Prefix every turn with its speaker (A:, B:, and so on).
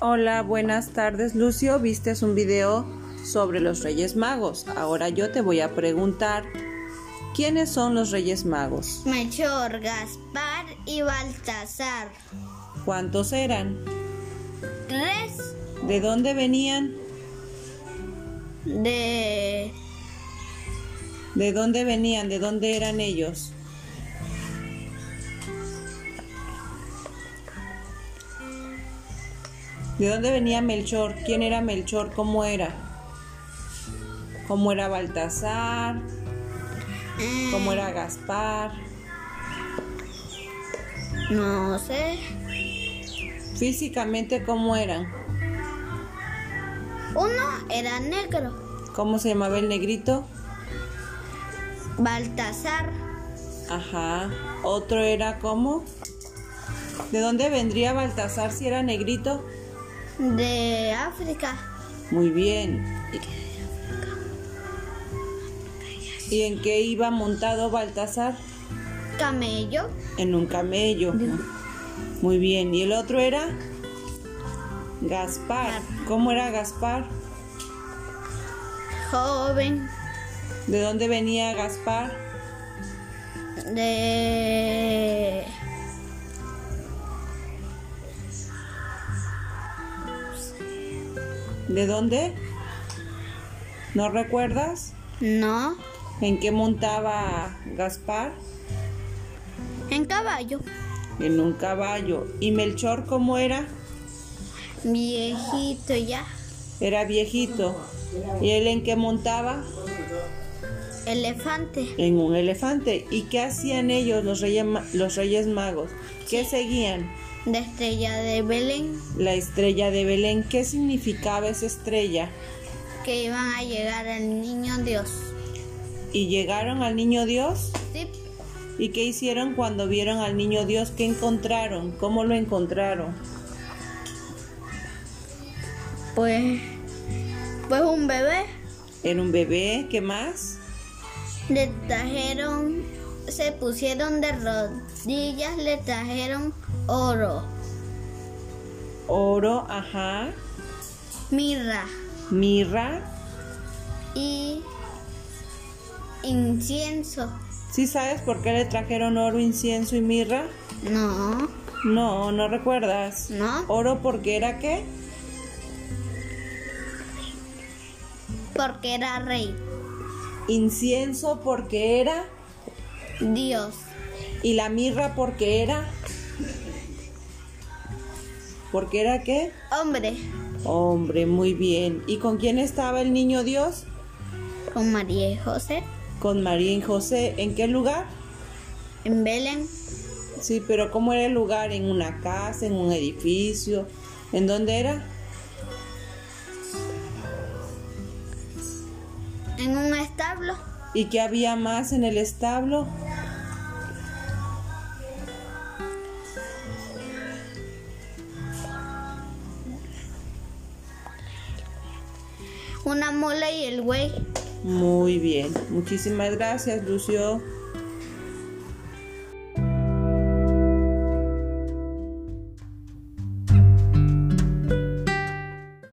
A: Hola, buenas tardes Lucio, vistes un video sobre los Reyes Magos. Ahora yo te voy a preguntar, ¿quiénes son los Reyes Magos?
B: Melchor, Gaspar y Baltasar.
A: ¿Cuántos eran?
B: Tres
A: ¿De dónde venían?
B: de
A: ¿De dónde venían? ¿De dónde eran ellos? ¿De dónde venía Melchor? ¿Quién era Melchor? ¿Cómo era? ¿Cómo era Baltasar?
B: eh,
A: ¿Cómo era Gaspar?
B: no sé.
A: Físicamente, ¿cómo eran?
B: Uno era negro,
A: ¿Cómo se llamaba el negrito?
B: Baltasar
A: Ajá. Otro era como. ¿De dónde vendría Baltasar si era negrito?
B: de África.
A: Muy bien. ¿Y en qué iba montado Baltasar?
B: Camello
A: En un camello. Muy bien. ¿Y el otro era? Gaspar. ¿Cómo era Gaspar?
B: joven
A: ¿De dónde venía Gaspar?
B: de
A: ¿De dónde? ¿No recuerdas?
B: no
A: ¿En qué montaba Gaspar?
B: en caballo
A: En un caballo. ¿Y Melchor cómo era?
B: viejito ya
A: Era viejito. ¿Y él en qué montaba?
B: elefante
A: En un elefante. ¿Y qué hacían ellos, los reyes, ma- los reyes magos? ¿Qué seguían?
B: de estrella de Belén
A: La estrella de Belén. ¿Qué significaba esa estrella?
B: que iban a llegar al niño Dios
A: ¿Y llegaron al niño Dios?
B: sí
A: ¿Y qué hicieron cuando vieron al niño Dios? ¿Qué encontraron? ¿Cómo lo encontraron?
B: pues pues un bebé
A: ¿Era un bebé? ¿Qué más?
B: le trajeron se pusieron de rodillas le trajeron oro
A: Oro, ajá.
B: mirra
A: Mirra.
B: y incienso
A: ¿Sí sabes por qué le trajeron oro, incienso y mirra?
B: no
A: No, no recuerdas.
B: no
A: Oro porque era qué?
B: porque era rey
A: Incienso porque era
B: Dios
A: y la mirra porque era. ¿Porque era qué?
B: hombre
A: Hombre, muy bien. ¿Y con quién estaba el niño Dios?
B: con María y José
A: Con María y José. ¿En qué lugar?
B: en Belén
A: Sí, pero ¿cómo era el lugar? ¿En una casa? ¿En un edificio? ¿En dónde era?
B: en un establo
A: ¿Y qué había más en el establo?
B: una mula y el güey
A: Muy bien. Muchísimas gracias, Lucio.